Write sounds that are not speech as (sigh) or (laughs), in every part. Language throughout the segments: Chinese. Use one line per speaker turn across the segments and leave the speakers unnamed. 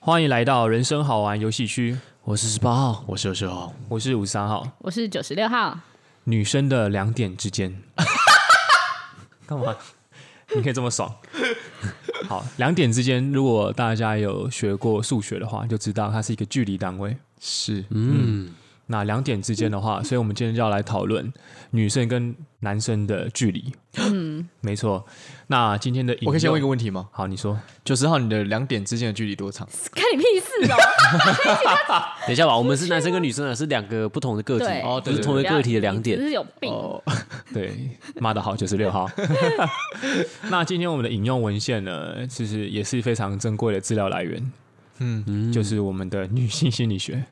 欢迎来到人生好玩游戏区，
我是十八号，
我是有时候
我是五三号。
我是九十六号，
女生的两点之
(laughs)
间，干嘛？你可以这么爽。好，两点之间，如果大家有学过数学的话，就知道它是一个距离单位。
是
嗯，
那两点之间的话，所以我们今天就要来讨论女生跟男生的距离。嗯，没错。那今天的
我可以先问一
个，
个问题吗？
好，你说
九十号，你的两点之间的距离多长？
看你屁事 (laughs) 哦！
等一下吧，我们是男生跟女生啊，是两个不同的个体，
对
哦，不
对
是同一个个体的两
你
点
只，是有病。
哦
对，妈的好，九十六号。 (laughs) 那今天我们的引用文献呢，其实也是非常珍贵的资料来源。嗯，就是我们的女性心理学。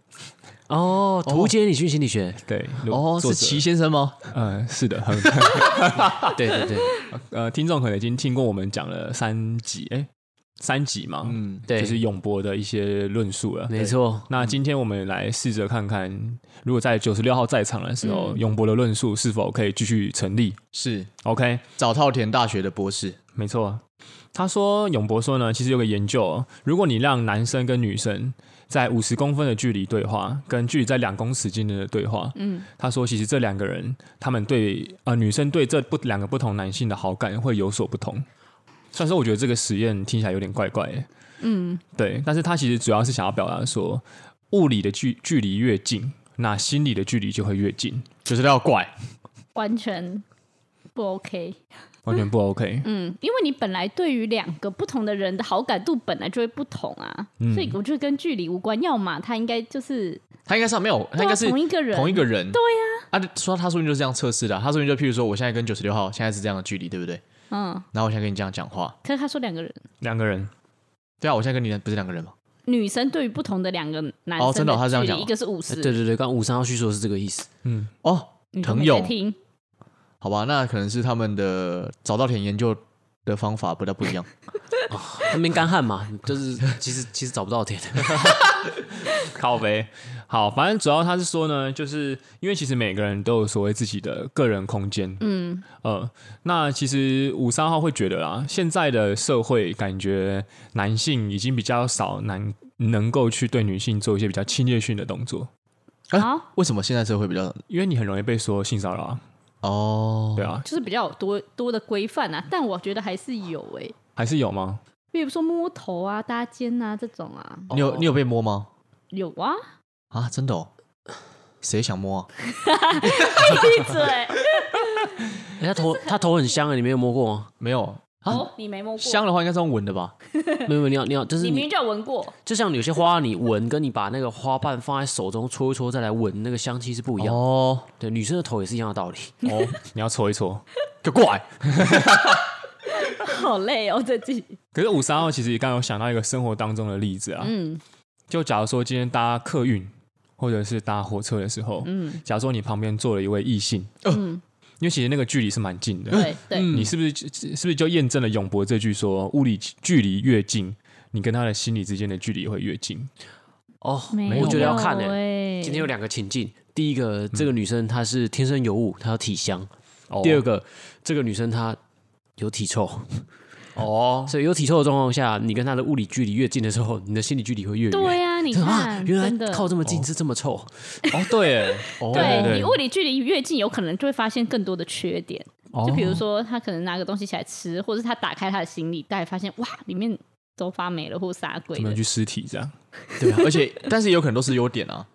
哦，图解理讯心理学，
对，
哦，
作
是
者
齐先生吗？
呃，是的，很
啊
对对对
呃，听众可能已经听过我们讲了三集，哎、三集嘛，
嗯， (laughs)
对，
就是永博的一些论述了。
没错，
那今天我们来试着看看，如果在九十六号在场的时候，永博的论述是否可以继续成立
是
？OK，
早稻田大学的博士。
没错，他说永博说呢，其实有个研究哦，如果你让男生跟女生在五十公分的距离对话，跟距离在两公尺之间的对话，嗯，他说其实这两个人，他们对呃女生对这不两个不同男性的好感会有所不同。虽然说我觉得这个实验听起来有点怪怪的，嗯，对，但是他其实主要是想要表达说，物理的距距离越近，那心理的距离就会越近，
九十六怪，
完全不 OK。
完全不 OK。
嗯，因为你本来对于两个不同的人的好感度本来就会不同啊，
嗯
所以我觉得跟距离无关。要么他应该就是
他应该是没有，他应该是
对啊同一个人，
同一个人。对呀，啊，说他说不定就是这样测试的啊。他说不定就譬如说，我现在跟九十六号现在是这样的距离，对不对？
嗯。
然后我现在跟你这样讲话，
可是他说两个人，
两个人，
对啊，我现在跟你不是两个人吗？
女生对于不同的两个男
哦
生
真的哦他这样
距离
讲哦
一个是五十，
对对对，刚五三号叙述的是这个意思，
嗯，
哦，
你都
朋
没在
友
听
好吧，那可能是他们的早稻田研究的方法不太不
(laughs)
一样。
那边干旱嘛，就是其实其实找不到点，
靠呗，好，反正主要他是说呢，就是因为其实每个人都有所谓自己的个人空间，嗯，呃，那其实五三号会觉得啦，现在的社会感觉男性已经比较少男能够去对女性做一些比较侵略性的动作，
啊，
为什么现在社会比较
因为你很容易被说性骚扰啊，
哦？
对啊，
就是比较有多多的规范啊，但我觉得还是有哎、
还是有吗？
比如说摸头啊、搭肩啊这种啊，
你有你有被摸吗？
有啊，
啊，真的哦？谁想摸啊？
闭嘴。 (laughs)
人家头 (laughs) 他头很香啊，你没有摸过吗？
没有，嗯
哦，你没摸过，
香的话应该是用闻的吧？
没有没有，你要你要就是
你明
你
明就有闻过，
就像有些花你闻，跟你把那个花瓣放在手中搓一搓再来闻，那个香气是不一样的。
哦，
对，女生的头也是一样的道理。
哦，你要搓一搓。
个怪，
好累哦，这集。
(laughs) 可是五三号其实刚刚有想到一个生活当中的例子啊，
嗯，
就假如说今天搭客运或者是搭火车的时候，嗯，假如说你旁边坐了一位异性，嗯，因为其实那个距离是蛮近的，
对对，
你是不是是不是就验证了永博这句说物理距离越近，你跟他的心理之间的距离会越近？
哦，
没欸
我觉得要看呢、
呢、
今天有两个情境，第一个，这个女生她是天生尤物，她有体香；
嗯哦
第二个，这个女生她有体臭，
哦，
所以有体臭的状况下，你跟她的物理距离越近的时候，你的心理距离会越远。
对啊，你
就
看，
是啊，原
真
来
的
靠这么近是这么臭，
哦，对 (laughs) 耶，
哦
对
对
你物理距离越近，有可能就会发现更多的缺点。
哦
就比如说，他可能拿个东西起来吃，或者是他打开他的行李袋，发现哇，里面都发霉了或啥鬼
怎么
的
有。具尸体这样？
对啊，而且 (laughs) 但是有可能都是优点啊，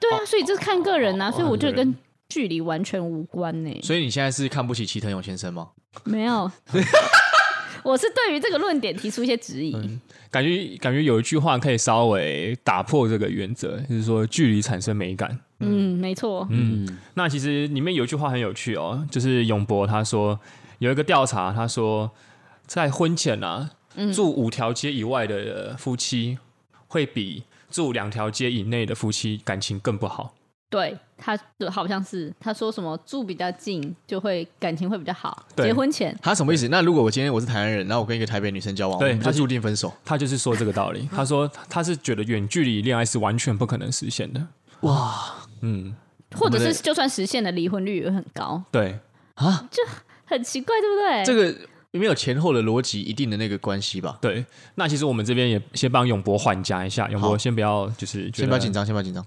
对啊，所以这是看个人啊，所以我觉得
看个人
跟距离完全无关呢、
所以你现在是看不起齐藤勇先生吗？
没有。我是对于这个论点提出一些质疑，
感觉感觉有一句话可以稍微打破这个原则，就是说距离产生美感。
嗯，没错，
嗯，
那其实里面有一句话很有趣哦，就是永博他说有一个调查，他说在婚前啊，
嗯
住五条街以外的夫妻会比住两条街以内的夫妻感情更不好。
对他对好像是他说什么住比较近就会感情会比较好，
对
结婚前
他什么意思？那如果我今天我是台湾人，然后我跟一个台北女生交往，
对
我们
他
就是注定分手。
他就是说这个道理。
(laughs)
他说他是觉得远距离恋爱是完全不可能实现的。
哇，
嗯，
或者
我们
是
的
就算实现了，离婚率也很高，
对，
很奇怪，对不对？
这个因为有前后的逻辑一定的那个关系吧。
对，那其实我们这边也先帮永博缓夹一下，永博
好
先不要就是觉
先不要
得
紧张，先不要紧张。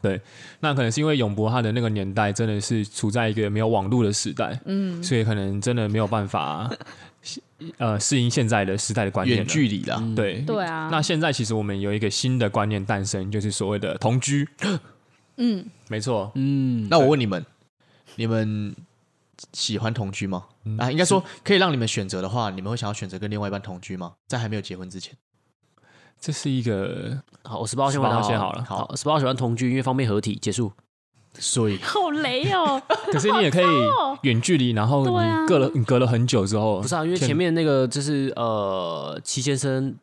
那可能是因为永博他的那个年代真的是处在一个没有网络的时代，嗯，所以可能真的没有办法呃适应现在的时代的观念了
远距离啦，
对。
对啊，
那现在其实我们有一个新的观念诞生，就是所谓的同居。
嗯，
没错，
嗯，
那我问你们，你们喜欢同居吗？啊，应该说可以让你们选择的话，你们会想要选择跟另外一半同居吗？在还没有结婚之前，
这是一个
好，我十八号先回答
18号先好哦了
好，十八号喜欢同居，因为方便合体。结束。
所以
(laughs) 好雷哦，
可是你也可以远距离，然后
对啊
你隔了、你隔了很久之后，
不是啊，因为前面那个就是呃，齐先生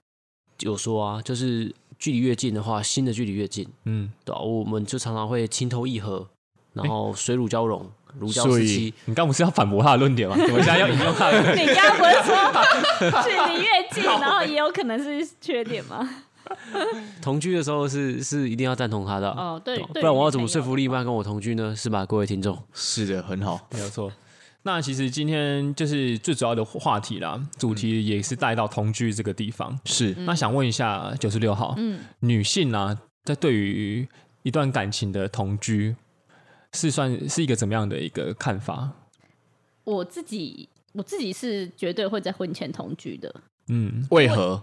有说啊，就是距离越近的话，新的距离越近，
嗯，
对吧、我们就常常会情投意合，然后水乳交融，如胶
所
似
以
漆。
你刚不是要反驳他的论点吗？我现在要引用他的，
你刚刚不是说距离越近，然后也有可能是缺点吗？
同居的时候是是一定要赞同他的啊，
哦，对，
对吧
对
不然我要怎么说服另一半跟我同居呢？是吧，各位听众？
是的，很好。
(laughs)
没有错。那其实今天就是最主要的话题啦，主题也是带到同居这个地方。
是
嗯
那想问一下九十六号，女性啊，在对于一段感情的同居，是算是一个怎么样的一个看法？
我自己，我自己是绝对会在婚前同居的，
嗯
为何？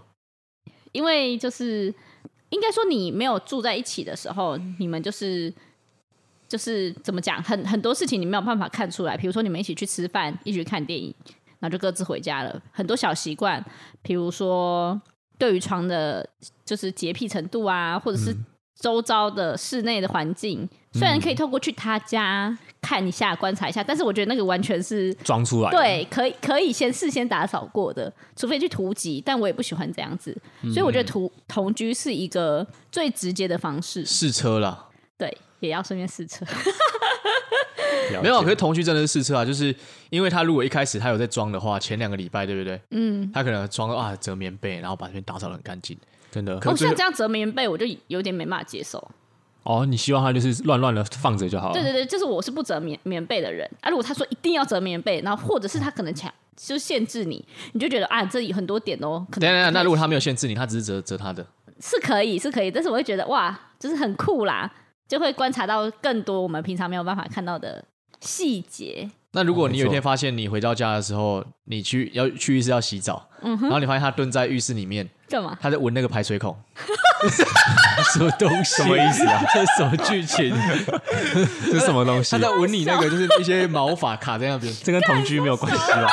因为就是应该说你没有住在一起的时候，你们就是就是怎么讲，很很多事情你没有办法看出来。比如说你们一起去吃饭，一起去看电影，然后就各自回家了。很多小习惯，比如说对于床的，就是洁癖程度啊，或者是周遭的室内的环境，虽然可以透过去他家看一下、观察一下，但是我觉得那个完全是
装出来的，
对，可以可以先事先打扫过的，除非去图集，但我也不喜欢这样子，
嗯
所以我觉得图同居是一个最直接的方式，
试车啦，
对，也要顺便试车，
了解
没有啊，可是同居真的是试车啊，就是因为他如果一开始他有在装的话，前两个礼拜对不对？嗯，他可能装啊折棉被，然后把这边打扫的很干净。
真的
可
哦，
是
像这样折棉被我就有点没办法接受，
哦，你希望他就是乱乱的放着就好了。
哦
对对对，就是我是不折棉棉被的人，啊，如果他说一定要折棉被，然后或者是他可能强就限制你，你就觉得啊，这里很多点哦，可
等一下等一下，
能
那如果他没有限制你，他只是折折他的，
是可以是可以，但是我会觉得哇，就是很酷啦，就会观察到更多我们平常没有办法看到的细节。
那如果你
没错
有一天发现你回到家的时候，你去要去浴室要洗澡，
嗯
然后你发现他蹲在浴室里面，
干嘛？
他在闻那个排水孔，
(laughs) 什么东西？什么意思
(laughs)
啊？这是什么剧情？
啊
这是什么东西
他？在闻你那个就是一些毛发卡在
(laughs)
那边。
这跟同居没有关系吧？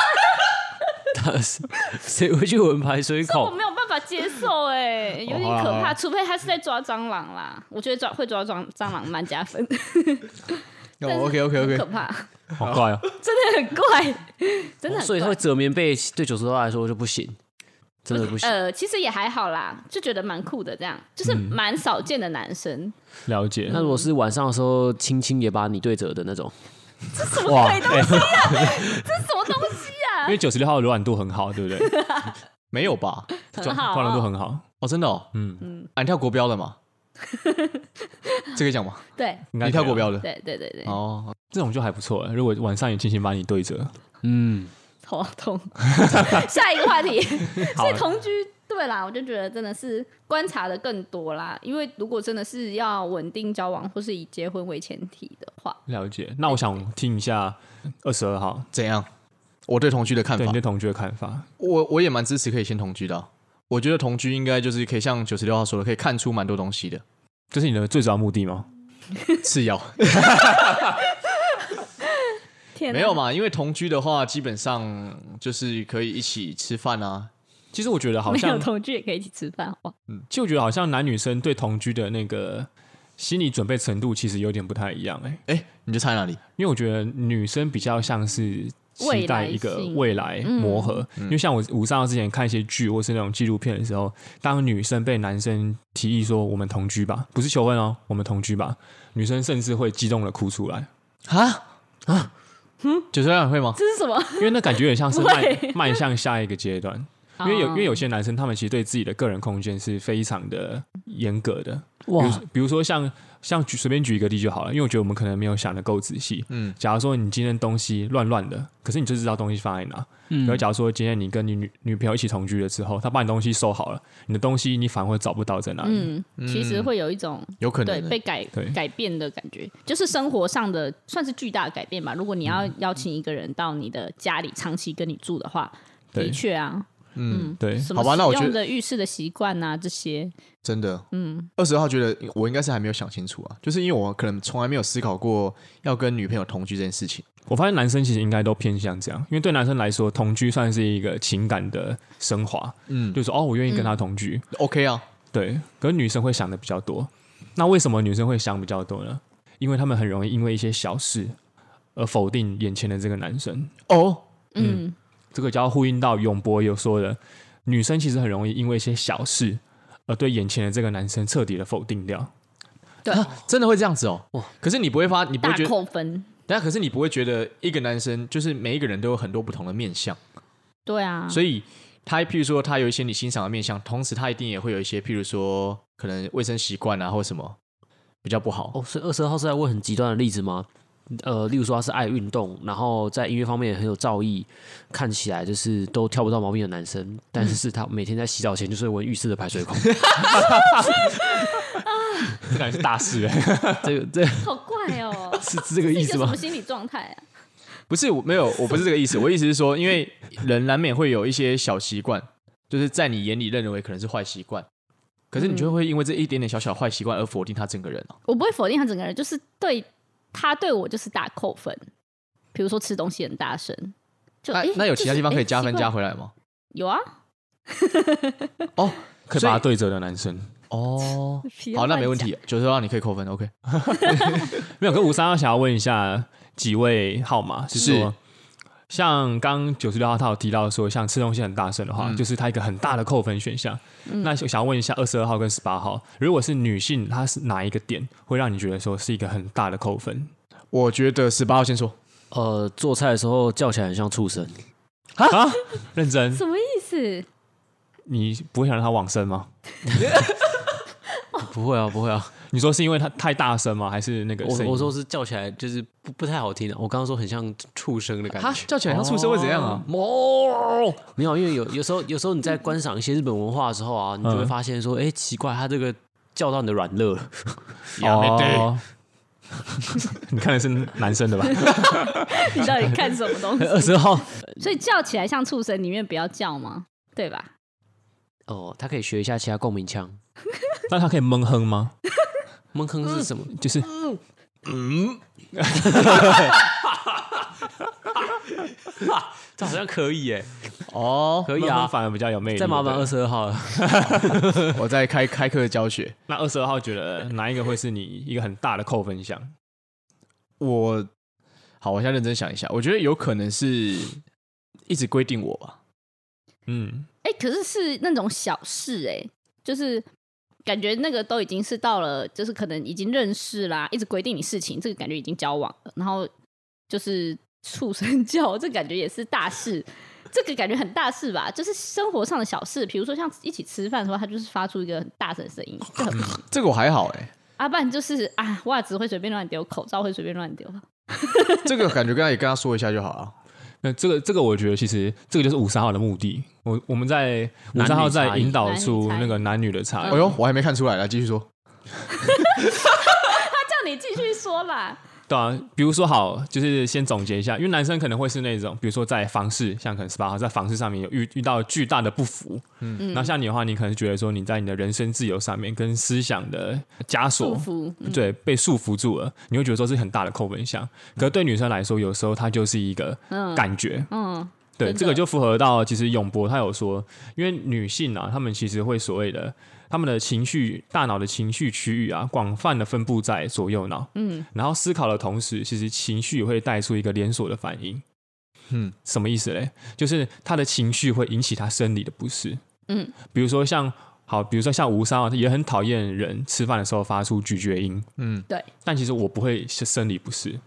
他是 (laughs) 谁会去闻排水
这我
口？
没有办法接受哎、有点
哦好啦
可
好
怕。
啦
除非他是在抓蟑螂啦，我觉得抓会抓蟑蟑螂蛮加分，
哦，OK OK
很
OK，
可怕，
(laughs)
(laughs)
好怪哦！
真的很怪，真的很怪。
哦所以他会折棉被，对九十多来说就不行，真的不行。
呃，其实也还好啦，就觉得蛮酷的，这样就是
嗯
蛮少见的男生。
了解
嗯
那。如果是晚上的时候，轻轻也把你对折的那种，
什么
哇，
鬼东啊
哎
(laughs) 这什么东西
因为九十六号的柔软度很好，对不
(laughs)
对？
没有吧？
很好、
柔软度
哦？
很好，
哦，真的哦，嗯嗯，啊，你跳国标的嘛？这个讲吗？
对
应该
你跳
可以
国标的
对对对对，
哦，
这种就还不错。如果晚上也轻轻把你对折，
嗯，
头好痛。 (laughs) 下一个话题，所
好
以同居。对啦，我就觉得真的是观察的更多啦，因为如果真的是要稳定交往或是以结婚为前提的话，
了解。那我想听一下二十二号
怎样？我对同居的看
对你
法
对，同居的看法。
我我也蛮支持可以先同居的啊、我觉得同居应该就是可以像九十六号说的，可以看出蛮多东西的。
这是你的最主要目的吗？
次要
天哪
没有嘛？因为同居的话，基本上就是可以一起吃饭啊。
其实我觉得好
没有
像，
同居也可以一起吃饭哇！
其实我觉得好像男女生对同居的那个心理准备程度其实有点不太一样哎、
哎，你就猜哪里？
因为我觉得女生比较像是期待一个未来嗯磨合，因为像我五上之前看一些剧或是那种纪录片的时候，当女生被男生提议说我们同居吧，不是求婚哦，我们同居吧，女生甚至会激动的哭出 (laughs) 来，
啊啊！九十六号你会吗？
这是什么？
因为那感觉有点 (laughs) 像是
对
迈迈向下一个阶段。因为有因为
有
有些男生，他们其实对自己的个人空间是非常的严格的。比如
哇
说，比如说像像举随便举一个例就好了，因为我觉得我们可能没有想的够仔细。
嗯，
假如说你今天东西乱乱的，可是你就知道东西放在哪。
嗯
然后假如说今天你跟你女女朋友一起同居了之后，她把你东西收好了，你的东西你反而会找不到在哪里。
嗯，其实会有一种
有可
对
能
被
欸。
改
对
改变的感觉，就是生活上的算是巨大的改变吧。如果你要
嗯
邀请一个人到你的家里长期跟你住的话，
对
的确啊，嗯，
对
什么
好吧那我
使
觉
用
得
的浴室的习惯啊这些，
真的。
嗯，
二十号觉得我应该是还没有想清楚啊，就是因为我可能从来没有思考过要跟女朋友同居这件事情。
我发现男生其实应该都偏向这样，因为对男生来说，同居算是一个情感的升华，
嗯
就是说哦，我愿意跟他同居，
，OK 啊，
对。可是女生会想的比较多，那为什么女生会想比较多呢？因为他们很容易因为一些小事而否定眼前的这个男生，
哦，
嗯，
这个就要呼应到永博有说的，女生其实很容易因为一些小事而对眼前的这个男生彻底的否定掉。
对，
真的会这样子哦。可是你不会发，你不
大
会觉得，
扣分，
但可是你不会觉得一个男生就是每一个人都有很多不同的面相。
对啊，
所以他譬如说他有一些你欣赏的面相，同时他一定也会有一些譬如说可能卫生习惯啊或什么比较不好。
哦，所以二十二号是在问很极端的例子吗？呃，例如说他是爱运动，然后在音乐方面也很有造诣，看起来就是都挑不到毛病的男生，但是是他每天在洗澡前就是闻浴室的排水 (laughs) 孔，
这感觉是大事、欸，
这个这个，
(laughs) 好怪哦
(laughs)
是 (laughs) 是这个
这
意
是一个
思
什
吗
么？心理状态啊？
不是我没有，我不是这
(laughs)
个意思，我意思是说，因为人难免会有一些小习惯，就是在你眼里认为可能是坏习惯。可是你就会因为这一点点小小坏习惯而否定他整个人啊
我不会否定他整个人，就是对他对我就是大扣分。比如说吃东西很大声，就
那
诶
那有
就
其他
是
地方可以
诶
加分
奇怪
加回来吗？
有啊，
哦
可以把他对折的男生。
哦，好，那没问。题，九十号你可以扣分，OK？
没有，跟吴三二想要问一下几位号码，是说像刚九十六号他有提到说，像吃东西很大声的
嗯
话，就是他一个很大的扣分选项。那我想要问一下二十二号跟十八号，如果是女性，她是哪一个点会让你觉得说是一个很大的扣分？
我觉得十八号先说，
呃，做菜的时候叫起来很像畜生，
啊，认真，
什么意思？ (laughs)
你不会想让她往生吗？
(laughs) 不会啊，不会 (laughs) 啊，
你说是因为她太大声吗？还是那个
我
声音
我说是叫起来就是不不太好听的，我刚刚说很像畜生的感
他
觉。
叫起来像畜生会怎样啊？
(laughs) 哦，没有，因为有有时候有时候你在观赏一些日本文化的时候啊，你就会
嗯
发现说，哎、奇怪，他这个叫到你的软肋了。
哦， (laughs) 你看的是男生的吧？ (laughs)
你到底看什么东西？
(laughs)
二十
哦
号
所以叫起来像畜生，里面不要叫吗？对吧？
哦，他可以学一下其他共鸣腔。
那他可以闷哼吗？
闷哼嗯是什么？嗯
就是
(laughs) 这好像可以耶，
哦，
可以
闷哼
啊。
反而比较有魅力。
再麻烦
对不对
二十二号了。
(laughs) 我在开开课教学，
那二十二号觉得呃哪一个会是你一个很大的扣分项？
我好，我现在认真想一下，我觉得有可能是一直规定我吧。
嗯，
哎、可是是那种小事哎、就是感觉那个都已经是到了，就是可能已经认识啦，一直规定你事情，这个感觉已经交往了，然后就是畜生叫， (laughs) 这感觉也是大事。这个感觉很大事吧，就是生活上的小事，比如说像一起吃饭的时候，他就是发出一个很大声的声音，这
(laughs)
很
这个我还好哎、
啊，不然就是啊，袜子会随便乱丢，口罩会随便乱丢，
这个感觉刚才也跟他说一下就好了。
(laughs) 那这个这个我觉得其实这个就是五三号的目的。我我们在五
男女
三号在
差异
引导
男女
出
差异
那个男女的差
哎
异。
嗯
呦，我还没看出来了，继续说。
叫你继续说啦。
对啊，比如说好，就是先总结一下，因为男生可能会是那种，比如说在房事，像可能十八号在房事上面有遇遇到巨大的不服，嗯，然后像你的话，你可能觉得说你在你的人身自由上面跟思想的枷锁
祝福，
对，被束缚住了，你会觉得说是很大的扣分项。可是对女生来说，有时候它就是一个感觉，
嗯，
对，
真的
这个就符合到其实永博他有说，因为女性啊，她们其实会所谓的她们的情绪、大脑的情绪区域啊，广泛的分布在左右脑，嗯，然后思考的同时，其实情绪也会带出一个连锁的反应。
嗯，
什么意思嘞？就是她的情绪会引起她生理的不适。
嗯，
比如说像好，比如说像吴三啊，也很讨厌人吃饭的时候发出咀嚼音。
嗯，
对。
但其实我不会是生理不适，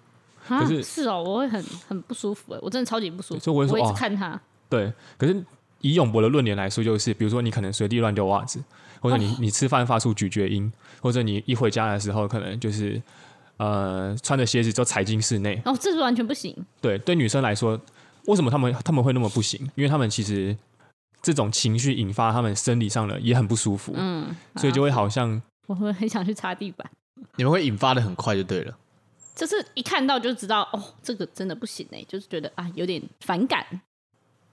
啊
可是
是哦，我会很很不舒服哎，我真的超级不舒服，
所以我会说
一直
哦
看他，
对。可是以永博的论点来说，就是比如说你可能随地乱丢袜子，或者你
啊
你吃饭发出咀嚼音，或者你一回家的时候可能就是呃穿着鞋子就踩进室内。
哦，这是完全不行。
对，对女生来说，为什么他们他们会那么不行？因为他们其实这种情绪引发他们生理上的也很不舒服，
嗯，
所以就会好像
我会很想去擦地板，
你们会引发的很快就对了。
就是一看到就知道哦，这个真的不行哎、就是觉得啊有点反感，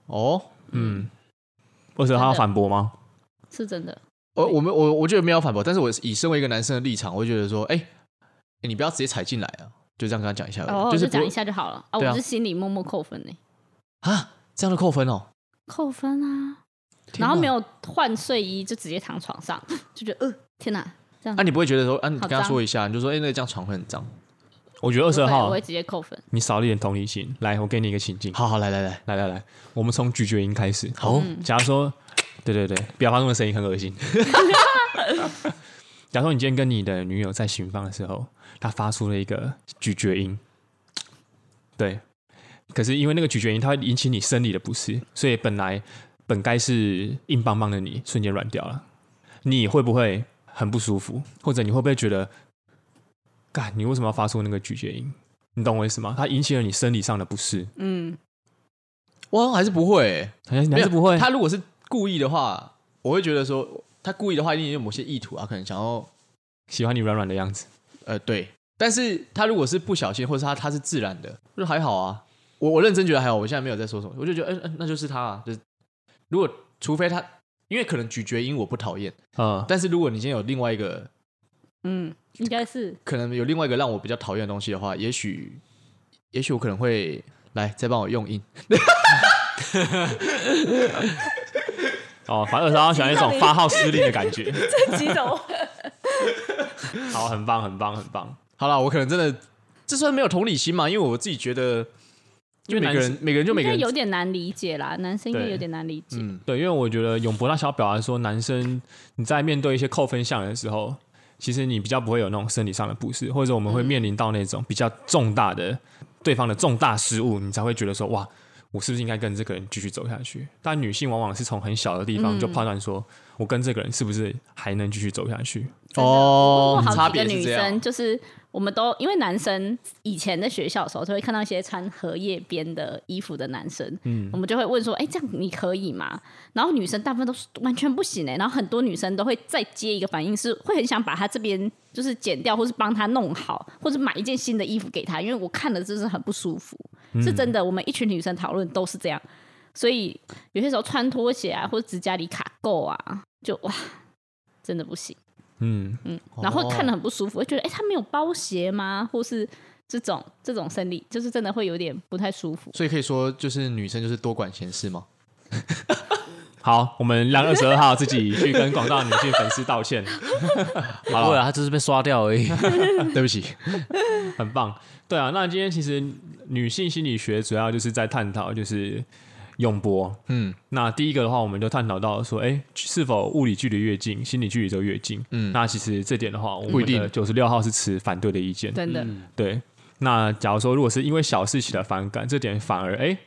哦，
嗯，为什么他要反驳吗？
是真的。
哦我我们我我觉得没有反驳，但是我以身为一个男生的立场，我会觉得说，哎、哎你不要直接踩进来啊，就这样跟他讲一下而已，
哦，
就是
就
不
讲一下就好了啊，
对啊
我是心里默默扣分呢、欸
啊，这样的扣分哦。
扣分啊，
天哪
然后没，有换睡衣就直接躺床上，就觉得呃天哪，这样
啊，你不会觉得说，啊，你
好
跟他
脏
说一下，你就说，哎、那个这样床会很脏。
我觉得二十二
我
号
会直接扣分。
你少了一点同理心。来，我给你一个情境，
好好，来来来，嗯
来来来，我们从咀嚼音开始。
好，
假如说， (laughs) 对对对，不要发出的声音很恶心。 (laughs) 假如说你今天跟你的女友在行房的时候，她发出了一个咀嚼音，对，可是因为那个咀嚼音，它会引起你生理的不适，所以本来本该是硬邦邦的你，瞬间软掉了。你会不会很不舒服？或者你会不会觉得，干，你为什么要发出那个咀嚼音？你懂我意思吗？它引起了你生理上的不适，
嗯，
我好像还是不会、欸，
好像你
没
还
有
是不会。
他如果是故意的话，我会觉得说，他故意的话一定有某些意图啊，可能想要，
喜欢你软软的样子。
呃，对。但是他如果是不小心，或者是他他是自然的，就还好啊。我我认真觉得还好，我现在没有在说什么，我就觉得，嗯、嗯、那就是他啊。就是如果除非他，因为可能咀嚼音我不讨厌，
嗯，
但是如果你今天有另外一个，
嗯，应该是
可能有另外一个让我比较讨厌的东西的话，也许，也许我可能会来再帮我用音。
哦，反正二十号喜欢一种发号施令的感觉。
(laughs) 几种
好，很棒，很棒，很棒。
好了，我可能真的这算没有同理心嘛？因为我自己觉得，
因为
就每个
男
人每个人就
应
每个
该
人
有点难理解啦，男生应该
对
有点难理解。
嗯，
对，因为我觉得永博他想要表达说，男生你在面对一些扣分项的时候，其实你比较不会有那种生理上的不适，或者我们会面临到那种比较重大的对方的重大失误，你才会觉得说，哇，我是不是应该跟这个人继续走下去？但女性往往是从很小的地方就判断说，我跟这个人是不是还能继续走下去？
哦
我好
差
几个
别
女
是这
生，
样。
就是我们都因为男生以前在学校的时候，就会看到一些穿荷叶边的衣服的男生，
嗯
我们就会问说：“哎、这样你可以吗？”然后女生大部分都是完全不行哎、然后很多女生都会再接一个反应是，会很想把他这边就是剪掉，或是帮他弄好，或者买一件新的衣服给他，因为我看了就是很不舒服，
嗯
是真的。我们一群女生讨论都是这样，所以有些时候穿拖鞋啊，或者指甲里卡垢啊，就哇，真的不行。
嗯，
嗯，然后
哦
看得很不舒服，会觉得哎、诶他没有包鞋吗？或是这种这种生理，就是真的会有点不太舒服。
所以可以说，就是女生就是多管闲事
(laughs)
吗？
好，我们让二十二号自己去跟广大女性粉丝道歉。好
不
了
会，啊，他就是被刷掉而已。
对不起，
很棒，对啊。那今天其实女性心理学主要就是在探讨就是永博。
嗯
那第一个的话，我们就探讨到说，哎、是否物理距离越近，心理距离就越近？
嗯，
那其实这点的话，我
不一
们
定
的九十六号是持反对的意见。
真的，
嗯
对，那假如说如果是因为小事起了反感，这点反而哎、诶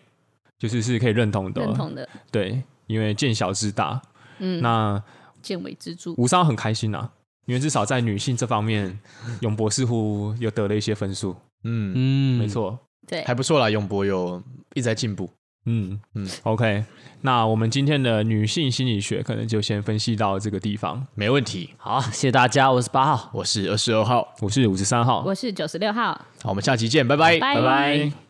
就是是可以认同的哦。
认同的，
对，因为见小知大。
嗯，
那
见微知著，
吴三很开心啊，因为至少在女性这方面，永博似乎又得了一些分数。
嗯，
嗯，
没。错，
对
还，不错啦，永博有一直在进步。
嗯嗯
嗯
，OK，那我们今天的女性心理学可能就先分析到这个地方。
没问题，
好，谢谢大家，我是八号。
我是二十二号，
我是五十三号，
我是九十六号，
好，我们下期见，拜拜，
拜
拜拜。